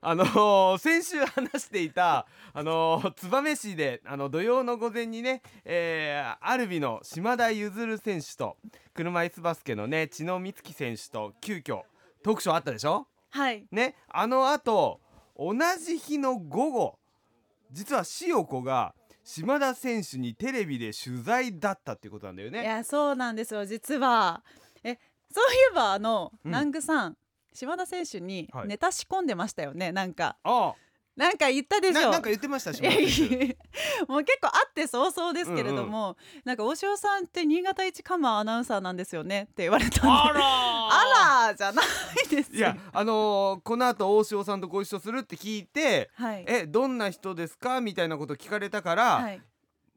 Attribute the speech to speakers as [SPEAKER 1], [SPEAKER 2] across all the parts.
[SPEAKER 1] あのー先週話していた、 あのー燕市であの土曜の午前にね、えーアルビの島田譲選手と車椅子バスケのね千野美月選手と急遽トークショーあったでしょ
[SPEAKER 2] はい
[SPEAKER 1] ねあのあと同じ日の午後実は塩子が島田選手にテレビで取材だったっていうことなんだよ
[SPEAKER 2] い
[SPEAKER 1] ね。
[SPEAKER 2] やそうなんですよ実はえそういえばあの、
[SPEAKER 1] うん
[SPEAKER 2] 南具さん島田選手に
[SPEAKER 1] はい
[SPEAKER 2] ネタ仕込んでましたよね、なんか
[SPEAKER 1] あ
[SPEAKER 2] なんか言った
[SPEAKER 1] あ
[SPEAKER 2] でし
[SPEAKER 1] な
[SPEAKER 2] ょ
[SPEAKER 1] なんか言ってま した
[SPEAKER 2] い
[SPEAKER 1] 島
[SPEAKER 2] や
[SPEAKER 1] 田
[SPEAKER 2] いや
[SPEAKER 1] 選手。
[SPEAKER 2] いやもう結構あって早々ですけれども、なんか大塩さんって新潟一カマアナウンサーなんですよねって言われたんで
[SPEAKER 1] あら
[SPEAKER 2] あらじゃないです
[SPEAKER 1] い
[SPEAKER 2] よ
[SPEAKER 1] やあのーこの後大塩さんとご一緒するって聞いて
[SPEAKER 2] はい
[SPEAKER 1] えどんな人ですかみたいなこと聞かれたから、
[SPEAKER 2] はい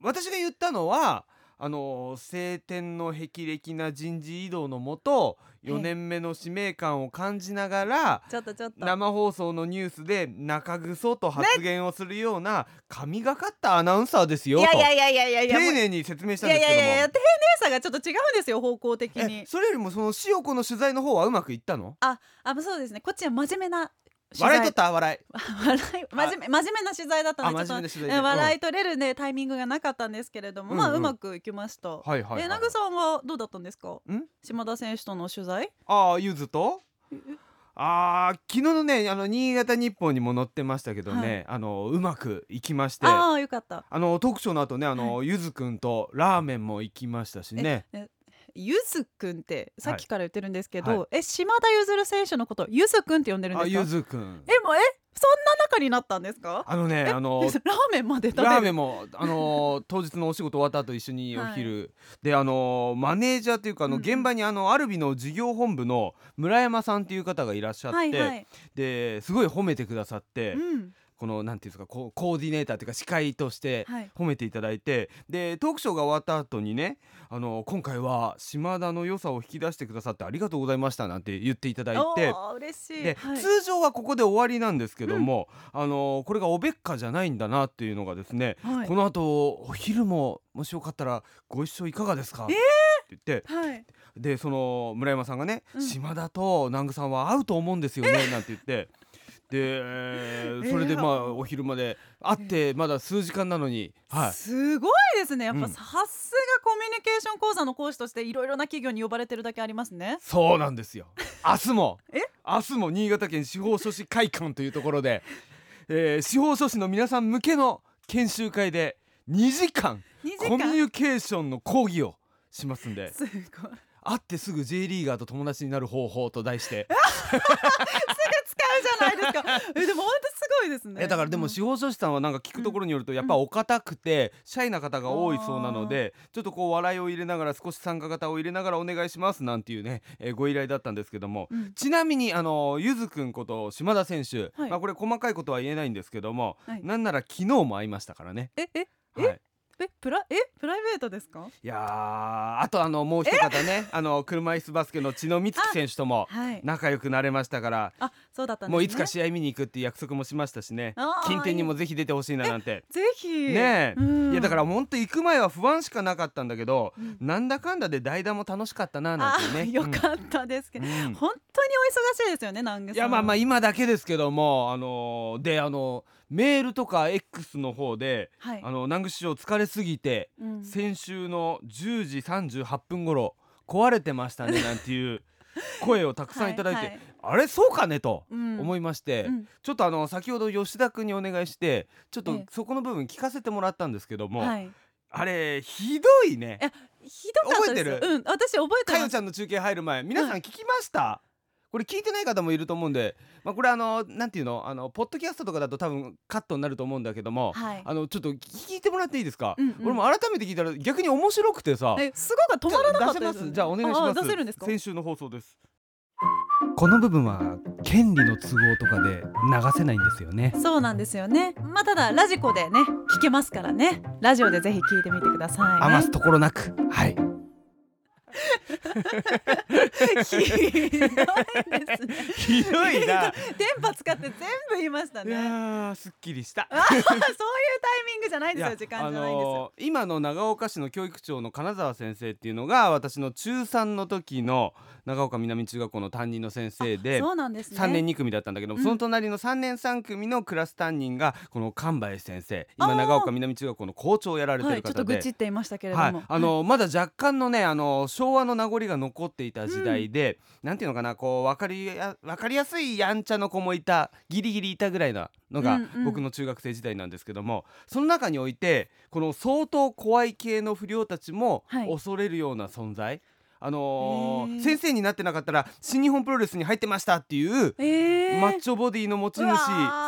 [SPEAKER 1] 私が言ったのはあのー晴天の霹靂な人事異動のもと4年目の使命感を感じながら
[SPEAKER 2] ちょっとちょっと
[SPEAKER 1] 生放送のニュースで中ぐそと発言をするような神がかったアナウンサーです
[SPEAKER 2] い
[SPEAKER 1] よと
[SPEAKER 2] やいやいやいやいやいやもう
[SPEAKER 1] 丁寧に説明した
[SPEAKER 2] い
[SPEAKER 1] んで
[SPEAKER 2] や
[SPEAKER 1] す
[SPEAKER 2] い
[SPEAKER 1] けども
[SPEAKER 2] やいやいや丁寧さがちょっと違うんですよ方向的に
[SPEAKER 1] えそれよりもその塩子の取材の方はうまくいったの
[SPEAKER 2] あそうですねこっちは真面目な取材
[SPEAKER 1] 笑いとった笑い
[SPEAKER 2] 笑い真面目真面目な取材だった
[SPEAKER 1] あ
[SPEAKER 2] ので
[SPEAKER 1] 真
[SPEAKER 2] ちょ
[SPEAKER 1] 面目な取材
[SPEAKER 2] っとね
[SPEAKER 1] で
[SPEAKER 2] 笑
[SPEAKER 1] い、
[SPEAKER 2] い取れるねタイミングがなかったんですけれども、
[SPEAKER 1] うん
[SPEAKER 2] まあ
[SPEAKER 1] うん
[SPEAKER 2] うまくいきました、
[SPEAKER 1] うんはいはい、はい、
[SPEAKER 2] えなぐさんはどうだったんですか
[SPEAKER 1] ん
[SPEAKER 2] 島田選手との取材
[SPEAKER 1] ああゆずとああ昨日のねあの新潟日報にも載ってましたけどね、あのうまくいきましてあ
[SPEAKER 2] ああよかった
[SPEAKER 1] の特賞の後ねあの、ゆずくんとラーメンも行きましたしね
[SPEAKER 2] ゆずくんってさっきから言ってるんですけど、
[SPEAKER 1] はい
[SPEAKER 2] え島田ゆずる選手のことゆずくんって呼んでるん
[SPEAKER 1] あ
[SPEAKER 2] です
[SPEAKER 1] ゆ
[SPEAKER 2] か
[SPEAKER 1] ずくん
[SPEAKER 2] えもうえそんな仲になったんですか
[SPEAKER 1] あのねあ
[SPEAKER 2] えラ
[SPEAKER 1] の
[SPEAKER 2] ーメンまで食べる
[SPEAKER 1] ラーメンもあの当日のお仕事終わった後一緒にお昼、であのマネージャーというかあの、
[SPEAKER 2] うんうん
[SPEAKER 1] 現場にあのアルビの事業本部の村山さんっていう方がいらっしゃって、
[SPEAKER 2] はいはい、
[SPEAKER 1] ですごい褒めてくださって、
[SPEAKER 2] うん
[SPEAKER 1] このなんていうんですかこうコーディネーターというか司会として
[SPEAKER 2] はい、
[SPEAKER 1] 褒めていただいてでトークショーが終わった後にねあの今回は島田の良さを引き出してくださってありがとうございましたなんて言っていただいて
[SPEAKER 2] おー嬉しい
[SPEAKER 1] で、
[SPEAKER 2] はい、
[SPEAKER 1] 通常はここで終わりなんですけども、あのこれがおべっかじゃないんだなっていうのがですね、
[SPEAKER 2] はい
[SPEAKER 1] この後お昼ももしよかったらご一緒いかがですか、
[SPEAKER 2] えー
[SPEAKER 1] って言って
[SPEAKER 2] はい、
[SPEAKER 1] でその村山さんがね、
[SPEAKER 2] うん
[SPEAKER 1] 島田と南具さんは会うと思うんですよねなんて言って。でそれでまあお昼まで会ってまだ数時間なのに、はい、
[SPEAKER 2] すごいですねやっぱ
[SPEAKER 1] うん
[SPEAKER 2] さすがコミュニケーション講座の講師としていろいろな企業に呼ばれてるだけありますね
[SPEAKER 1] そうなんです よ。明日も
[SPEAKER 2] え
[SPEAKER 1] 明日も新潟県司法書士会館というところで、えー司法書士の皆さん向けの研修会で2時間
[SPEAKER 2] 2時
[SPEAKER 1] コミュ
[SPEAKER 2] 間
[SPEAKER 1] ニケーションの講義をしますんです
[SPEAKER 2] ごいすぐ使う
[SPEAKER 1] 会ってすぐ J リーガーと友達になる方法と題して
[SPEAKER 2] じゃないですか えでも本当すごいですね
[SPEAKER 1] えだからでも司法書士さんはなんか聞くところによるとやっぱお堅くてシャイな方が多いそうなのでちょっとこう笑いを入れながら少し参加型を入れながらお願いしますなんていうね、えーご依頼だったんですけども
[SPEAKER 2] うんうん
[SPEAKER 1] ちなみにあのゆずくんこと島田選手、
[SPEAKER 2] はい
[SPEAKER 1] まあこれ細かいことは言えないんですけども、
[SPEAKER 2] はい
[SPEAKER 1] なんなら昨日も会いましたからね。
[SPEAKER 2] えええ
[SPEAKER 1] はい、
[SPEAKER 2] えプラえプライベートですか
[SPEAKER 1] いやーあとあのもう一方ねあの車椅子バスケの千野美月選手とも
[SPEAKER 2] はい
[SPEAKER 1] 仲良くなれましたから、
[SPEAKER 2] あそうだったんですね
[SPEAKER 1] もういつか試合見に行くっていう約束もしましたしね
[SPEAKER 2] あー
[SPEAKER 1] 近天にもぜひ出てほしいななんて。
[SPEAKER 2] ぜひ
[SPEAKER 1] ねえ
[SPEAKER 2] うん
[SPEAKER 1] いやだから本当行く前は不安しかなかったんだけど、
[SPEAKER 2] うん
[SPEAKER 1] なんだかんだで代打も楽しかったなな
[SPEAKER 2] あ
[SPEAKER 1] んてね。
[SPEAKER 2] よかったですけ
[SPEAKER 1] うん
[SPEAKER 2] ど
[SPEAKER 1] うん
[SPEAKER 2] 本当にお忙しいですよね南
[SPEAKER 1] い
[SPEAKER 2] 具さん
[SPEAKER 1] やまあまあ今だけですけどもあのーであのメールとか X の方で、
[SPEAKER 2] はい
[SPEAKER 1] あの南口市長疲れすぎて、
[SPEAKER 2] うん
[SPEAKER 1] 先週の10時38分頃壊れてました ねなんていう声をたくさんいただいて、
[SPEAKER 2] はは
[SPEAKER 1] あれそうかねと
[SPEAKER 2] うん
[SPEAKER 1] 思いまして、
[SPEAKER 2] うん
[SPEAKER 1] ちょっとあの先ほど吉田君にお願いしてちょっ
[SPEAKER 2] え
[SPEAKER 1] と
[SPEAKER 2] え
[SPEAKER 1] そこの部分聞かせてもらったんですけども、
[SPEAKER 2] はい
[SPEAKER 1] あれひどいね
[SPEAKER 2] え。ひどかったです
[SPEAKER 1] 覚えて
[SPEAKER 2] うん私覚えて
[SPEAKER 1] か
[SPEAKER 2] ま
[SPEAKER 1] よ
[SPEAKER 2] す
[SPEAKER 1] ちゃんの中継入る前皆さん聞きました、これ聞いてない方もいると思うんで、まあ、これあのなんていうのあのポッドキャストとかだと多分カットになると思うんだけども、
[SPEAKER 2] はい
[SPEAKER 1] あのちょっと聞いてもらっていいですか、
[SPEAKER 2] うんうん
[SPEAKER 1] 俺も改めて聞いたら逆に面白くてさ
[SPEAKER 2] えすごく止まらなかっ
[SPEAKER 1] 出せ
[SPEAKER 2] たで
[SPEAKER 1] ますすじゃあお願いし
[SPEAKER 2] あ
[SPEAKER 1] ま
[SPEAKER 2] あ
[SPEAKER 1] す
[SPEAKER 2] 出せるんですか
[SPEAKER 1] 先週の放送ですこの部分は権利の都合とかで流せないんですよね
[SPEAKER 2] そうなんですよね。まあただラジコでね聞けますからね。ラジオでぜひ聞いてみてくださいね。
[SPEAKER 1] ところなくはい
[SPEAKER 2] ひどいですね。
[SPEAKER 1] ひどいな。
[SPEAKER 2] 電波使って全部言いました
[SPEAKER 1] い
[SPEAKER 2] ね。あ
[SPEAKER 1] やーすっきりした。
[SPEAKER 2] ーそういうタイミングじゃない
[SPEAKER 1] い
[SPEAKER 2] んです
[SPEAKER 1] や
[SPEAKER 2] よ。時間じゃないんですよ。
[SPEAKER 1] あのー今の長岡市の教育長の金沢先生っていうのが私の中三の時の長岡南中学校の担任の先生で
[SPEAKER 2] そうなんですね。
[SPEAKER 1] 3年2組だったんだけど、
[SPEAKER 2] うん
[SPEAKER 1] その隣の3年3組のクラス担任がこの神林先生
[SPEAKER 2] あ
[SPEAKER 1] 今
[SPEAKER 2] ー
[SPEAKER 1] 長岡南中学校の校長をやられて
[SPEAKER 2] は
[SPEAKER 1] る
[SPEAKER 2] い、ちょっ
[SPEAKER 1] 方
[SPEAKER 2] と愚
[SPEAKER 1] で。
[SPEAKER 2] 痴っていましたけれども。
[SPEAKER 1] はい、あのまだ若干のねあの昭和の名残が残っていた時代で、なんていうのかなこう分かりや分かりやすいやんちゃの子もいたギリギリいたぐらいなのが
[SPEAKER 2] うんうん
[SPEAKER 1] 僕の中学生時代なんですけども、その中においてこの相当怖い系の不良たちも
[SPEAKER 2] はい
[SPEAKER 1] 恐れるような存在、あのー
[SPEAKER 2] へー
[SPEAKER 1] 先生になってなかったら新日本プロレスに入ってましたっていう
[SPEAKER 2] ええー。
[SPEAKER 1] マッチョボディの持ち
[SPEAKER 2] う
[SPEAKER 1] 主
[SPEAKER 2] わ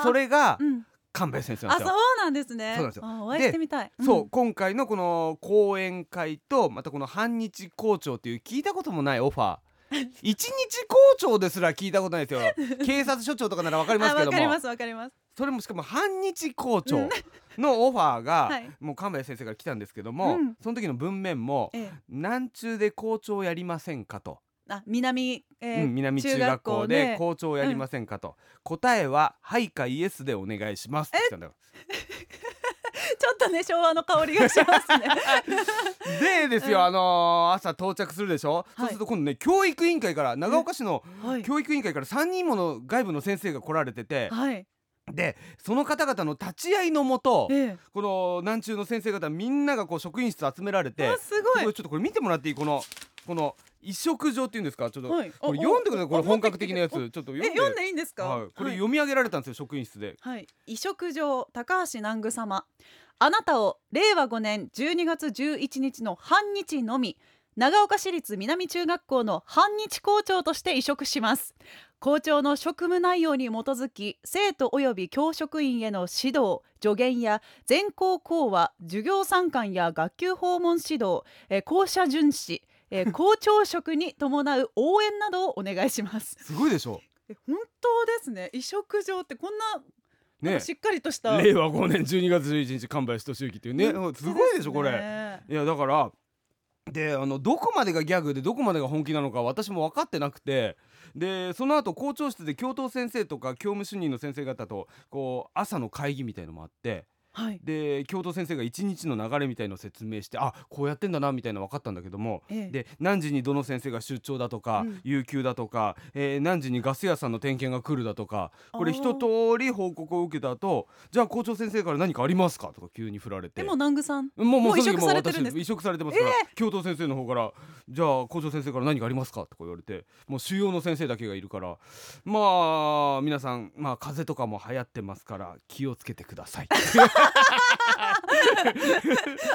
[SPEAKER 2] ー
[SPEAKER 1] それが
[SPEAKER 2] うん。
[SPEAKER 1] 神林先生なん
[SPEAKER 2] あ、
[SPEAKER 1] です
[SPEAKER 2] そう
[SPEAKER 1] よ。
[SPEAKER 2] なんですね。
[SPEAKER 1] そうなんですよ
[SPEAKER 2] あーお会いしてみたい。
[SPEAKER 1] そう、
[SPEAKER 2] ん
[SPEAKER 1] 今回のこの講演会とまたこの半日校長という聞いたこともないオフ ァー一日校長ですら聞いたことないですよ警察署長とかならわかります
[SPEAKER 2] あ、
[SPEAKER 1] け
[SPEAKER 2] わ
[SPEAKER 1] ど
[SPEAKER 2] かりま
[SPEAKER 1] も
[SPEAKER 2] す、わかります。
[SPEAKER 1] それもしかも半日校
[SPEAKER 2] う
[SPEAKER 1] 長
[SPEAKER 2] ん
[SPEAKER 1] のオファーが、
[SPEAKER 2] はい
[SPEAKER 1] もう神谷先生から来たんですけども、
[SPEAKER 2] うん
[SPEAKER 1] その時の文面も
[SPEAKER 2] ええ
[SPEAKER 1] 「南中で校長やりませんか?」と
[SPEAKER 2] あ、南、
[SPEAKER 1] 「
[SPEAKER 2] え
[SPEAKER 1] う
[SPEAKER 2] ー
[SPEAKER 1] ん南中学校で校長やりませんか?」と「答えははいかイエスでお願いします」って来たんだよ。
[SPEAKER 2] ちょっとね、昭和の香りがします ね。
[SPEAKER 1] でですよ、
[SPEAKER 2] うん
[SPEAKER 1] あのー朝到着するでしょ、そうすると今度ね教育委員会から長岡市の
[SPEAKER 2] はい。
[SPEAKER 1] 教育委員会から3人もの外部の先生が来られてて
[SPEAKER 2] はい。
[SPEAKER 1] でその方々の立ち会いのもと
[SPEAKER 2] ええ
[SPEAKER 1] この南中の先生方みんながこう職員室集められて
[SPEAKER 2] あ、すご
[SPEAKER 1] これ
[SPEAKER 2] い。
[SPEAKER 1] ちょっとこれ見てもらっていいこのこの一色状っていうんですかちょっと、
[SPEAKER 2] はい。
[SPEAKER 1] これ
[SPEAKER 2] お
[SPEAKER 1] 読んでください
[SPEAKER 2] お
[SPEAKER 1] これ
[SPEAKER 2] お
[SPEAKER 1] 本格的なやつちょっと読んで
[SPEAKER 2] え読んでいいんですか、
[SPEAKER 1] はい、これ
[SPEAKER 2] はい
[SPEAKER 1] 読み上げられたんですよ、職員室で。
[SPEAKER 2] はい移植上高橋南宮様あなたを令和5年12月11日の半日のみ長岡市立南中学校の半日校長として移植します校長の職務内容に基づき生徒及び教職員への指導助言や全校講話授業参観や学級訪問指導、えー校舎巡視、え ー校長職に伴う応援などをお願いします
[SPEAKER 1] すごいでしょ
[SPEAKER 2] え本当ですね移植上ってこんななん
[SPEAKER 1] ね
[SPEAKER 2] かしっかりとした
[SPEAKER 1] 令和5年12月11日神林俊之っていうね、うんすごいでしょこれ。
[SPEAKER 2] ね
[SPEAKER 1] いやだからであのどこまでがギャグでどこまでが本気なのか私も分かってなくてでその後校長室で教頭先生とか教務主任の先生方とこう朝の会議みたいのもあって
[SPEAKER 2] はい
[SPEAKER 1] で教頭先生が一日の流れみたいのを説明してあこうやってんだなみたいなの分かったんだけども
[SPEAKER 2] ええ
[SPEAKER 1] で何時にどの先生が出張だとか、
[SPEAKER 2] うん
[SPEAKER 1] 有給だとか、えー何時にガス屋さんの点検が来るだとかこれ
[SPEAKER 2] あー
[SPEAKER 1] 一通り報告を受けた後じゃあ校長先生から何かありますかとか急に振られて。
[SPEAKER 2] でも南具さ ん
[SPEAKER 1] もうも
[SPEAKER 2] も
[SPEAKER 1] う
[SPEAKER 2] う
[SPEAKER 1] 移
[SPEAKER 2] 移
[SPEAKER 1] 植
[SPEAKER 2] 植
[SPEAKER 1] さ
[SPEAKER 2] さ
[SPEAKER 1] れ
[SPEAKER 2] れ
[SPEAKER 1] て
[SPEAKER 2] て
[SPEAKER 1] る
[SPEAKER 2] る
[SPEAKER 1] んで
[SPEAKER 2] んですす
[SPEAKER 1] 移植されてますから、教頭先生の方から「じゃあ校長先生から何かありますか?」とか言われてもう主要の先生だけがいるからまあ皆さん、まあ、風邪とかも流行ってますから気をつけてください。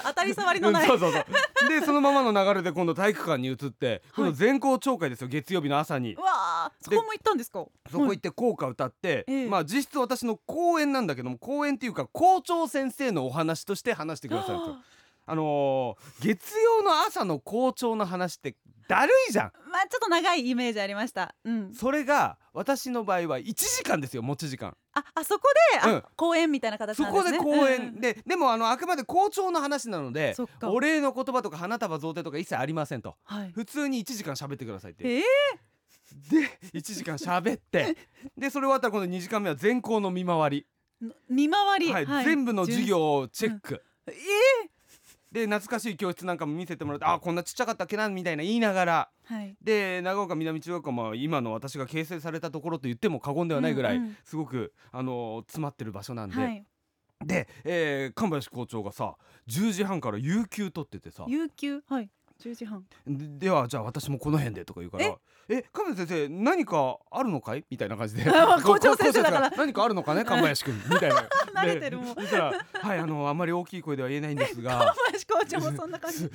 [SPEAKER 2] 当たり障りのない
[SPEAKER 1] うん そうそうそうでそのままの流れで今度体育館に移って今度全校朝会ですよ月曜日の朝に。
[SPEAKER 2] うわあそこも行ったんですか
[SPEAKER 1] そこ
[SPEAKER 2] は
[SPEAKER 1] 行って校歌歌って、
[SPEAKER 2] ええ
[SPEAKER 1] まあ実質私の講演なんだけども講演っていうか校長先生のお話として話してくだ さいと
[SPEAKER 2] あ。
[SPEAKER 1] あのー月曜の朝の校長の話ってだるいじゃん
[SPEAKER 2] ーまあちょっと長いイメージありましたうん
[SPEAKER 1] それが私の場合は1時間ですよ持ち時間
[SPEAKER 2] ああそこであ、
[SPEAKER 1] うん
[SPEAKER 2] 公演みたいな形
[SPEAKER 1] そ
[SPEAKER 2] なんで
[SPEAKER 1] こ
[SPEAKER 2] す
[SPEAKER 1] で
[SPEAKER 2] ね
[SPEAKER 1] 講
[SPEAKER 2] うんう
[SPEAKER 1] 演
[SPEAKER 2] ん
[SPEAKER 1] ででもあのあくまで校長の話なので
[SPEAKER 2] そっか
[SPEAKER 1] お礼の言葉とか花束贈呈とか一切ありませんと
[SPEAKER 2] はい
[SPEAKER 1] 普通に1時間喋ってくださいって
[SPEAKER 2] えー、
[SPEAKER 1] 1時間喋 ってでそれ終わったら今度2時間目は全校の見回り、
[SPEAKER 2] の見回り、
[SPEAKER 1] はい
[SPEAKER 2] はい
[SPEAKER 1] 全部の授業をチェック、
[SPEAKER 2] 順え
[SPEAKER 1] で懐かしい教室なんかも見せてもらってあこんなちっちゃかったっけなみたいな言いながら
[SPEAKER 2] ー、はい
[SPEAKER 1] で長岡南中学校も今の私が形成されたところと言っても過言ではないぐらい、
[SPEAKER 2] うんうん
[SPEAKER 1] すごくあの詰まってる場所なんで、
[SPEAKER 2] はい
[SPEAKER 1] で、えー、神林校長がさ10時半から有給取っててさ
[SPEAKER 2] 有給はい10 時半
[SPEAKER 1] でではじゃあ私もこの辺でとか言うから「え神林先生何かあるのかい?」みたいな感じで
[SPEAKER 2] 校長先生だか
[SPEAKER 1] 校長先生が
[SPEAKER 2] ら
[SPEAKER 1] 何かあるのかね神林君」みたいな
[SPEAKER 2] 慣れてるもん
[SPEAKER 1] でそしたらはいあのあんまり大きい声では言えないんですが
[SPEAKER 2] 小林校長もそんな感じ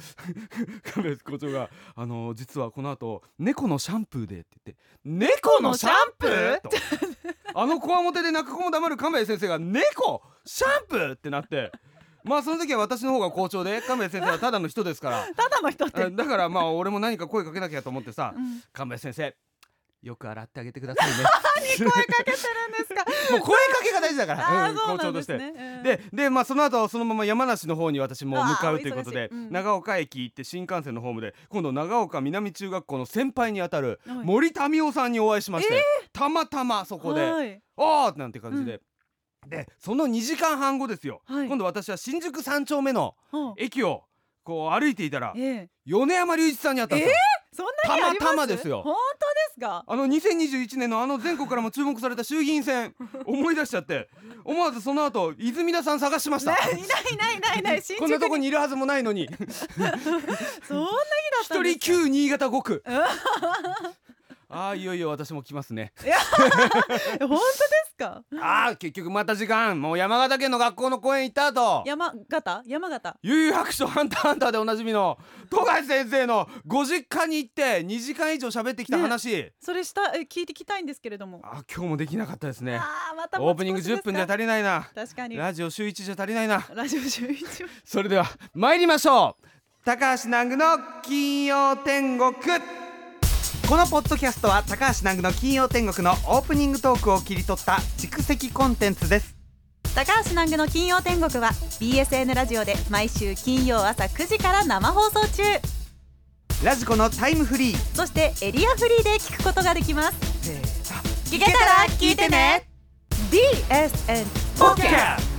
[SPEAKER 1] 神 林校長が「あの実はこの後猫のシャンプーで」って言って「猫のシャンプー?」とあのこわもてで泣く子も黙る神林先生が「猫シャンプー?」ってなってまあその時は私の方が校長で神林先生はただの人です から
[SPEAKER 2] ただの人って、
[SPEAKER 1] あだからまあ俺も何か声かけなきゃと思ってさ
[SPEAKER 2] うん
[SPEAKER 1] 「神林先生よく洗って あげてくださいね」
[SPEAKER 2] 声かけてるんですか
[SPEAKER 1] もう声かけが大事だか
[SPEAKER 2] あ
[SPEAKER 1] ら、
[SPEAKER 2] あ
[SPEAKER 1] う
[SPEAKER 2] ー
[SPEAKER 1] ん
[SPEAKER 2] そう
[SPEAKER 1] 校
[SPEAKER 2] な
[SPEAKER 1] 長
[SPEAKER 2] ん
[SPEAKER 1] と
[SPEAKER 2] で
[SPEAKER 1] し
[SPEAKER 2] す
[SPEAKER 1] て。
[SPEAKER 2] ね、うん
[SPEAKER 1] でで、まあ、その後そのまま山梨の方に私も向か
[SPEAKER 2] あ
[SPEAKER 1] う
[SPEAKER 2] ー
[SPEAKER 1] ということで、
[SPEAKER 2] お忙しいうん
[SPEAKER 1] 長岡駅行って新幹線のホームで今度長岡南中学校の先輩にあたる
[SPEAKER 2] はい
[SPEAKER 1] 森民夫さんにお会いしまして、
[SPEAKER 2] え
[SPEAKER 1] たまたまそこで「
[SPEAKER 2] はい
[SPEAKER 1] ああ!」なんて感じで。でその2時間半後ですよ、
[SPEAKER 2] はい
[SPEAKER 1] 今度私は新宿三丁目の
[SPEAKER 2] はあ
[SPEAKER 1] 駅をこう歩いていたら
[SPEAKER 2] ええ
[SPEAKER 1] 米山隆一さんに会ったんですよ、
[SPEAKER 2] そんなにあります
[SPEAKER 1] たまたまですよ
[SPEAKER 2] 本当です か
[SPEAKER 1] あの2021年のあの全国からも注目された衆議院 選思い出しちゃって思わずその後泉田さん探しました、
[SPEAKER 2] ねいないいないいないい ない新
[SPEAKER 1] こん
[SPEAKER 2] 宿に
[SPEAKER 1] なとこにいるはずもないのに
[SPEAKER 2] そんな日だった
[SPEAKER 1] 一
[SPEAKER 2] んで
[SPEAKER 1] 人
[SPEAKER 2] すか
[SPEAKER 1] 旧新潟5区 ああいよいよ私も来ますね
[SPEAKER 2] え本当ですか
[SPEAKER 1] ああ結局また時間もう山形県の学校の公園行った後
[SPEAKER 2] 山形山形
[SPEAKER 1] 悠々白書ハンターハンターでおなじみの富樫先生のご実家に行って2時間以上喋ってきた話、
[SPEAKER 2] それしたえ聞いてきたいんですけれども
[SPEAKER 1] あー今日もできなかったですね
[SPEAKER 2] あーまた
[SPEAKER 1] オープニング10分じゃ
[SPEAKER 2] た
[SPEAKER 1] 足りないな
[SPEAKER 2] 確かに
[SPEAKER 1] ラジオ週1じゃ足りないな
[SPEAKER 2] ラジオ週一
[SPEAKER 1] それでは参りましょう高橋南具の金曜天国
[SPEAKER 3] このポッドキャストは高橋南具の金曜天国のオープニングトークを切り取った蓄積コンテンツです
[SPEAKER 2] 高橋南具の金曜天国は BSN ラジオで毎週金曜朝9時から生放送中
[SPEAKER 3] ラジコのタイムフリー
[SPEAKER 2] そしてエリアフリーで聞くことができます
[SPEAKER 3] せーの
[SPEAKER 2] 聞けたら聞いてね DSN
[SPEAKER 1] ポッキャス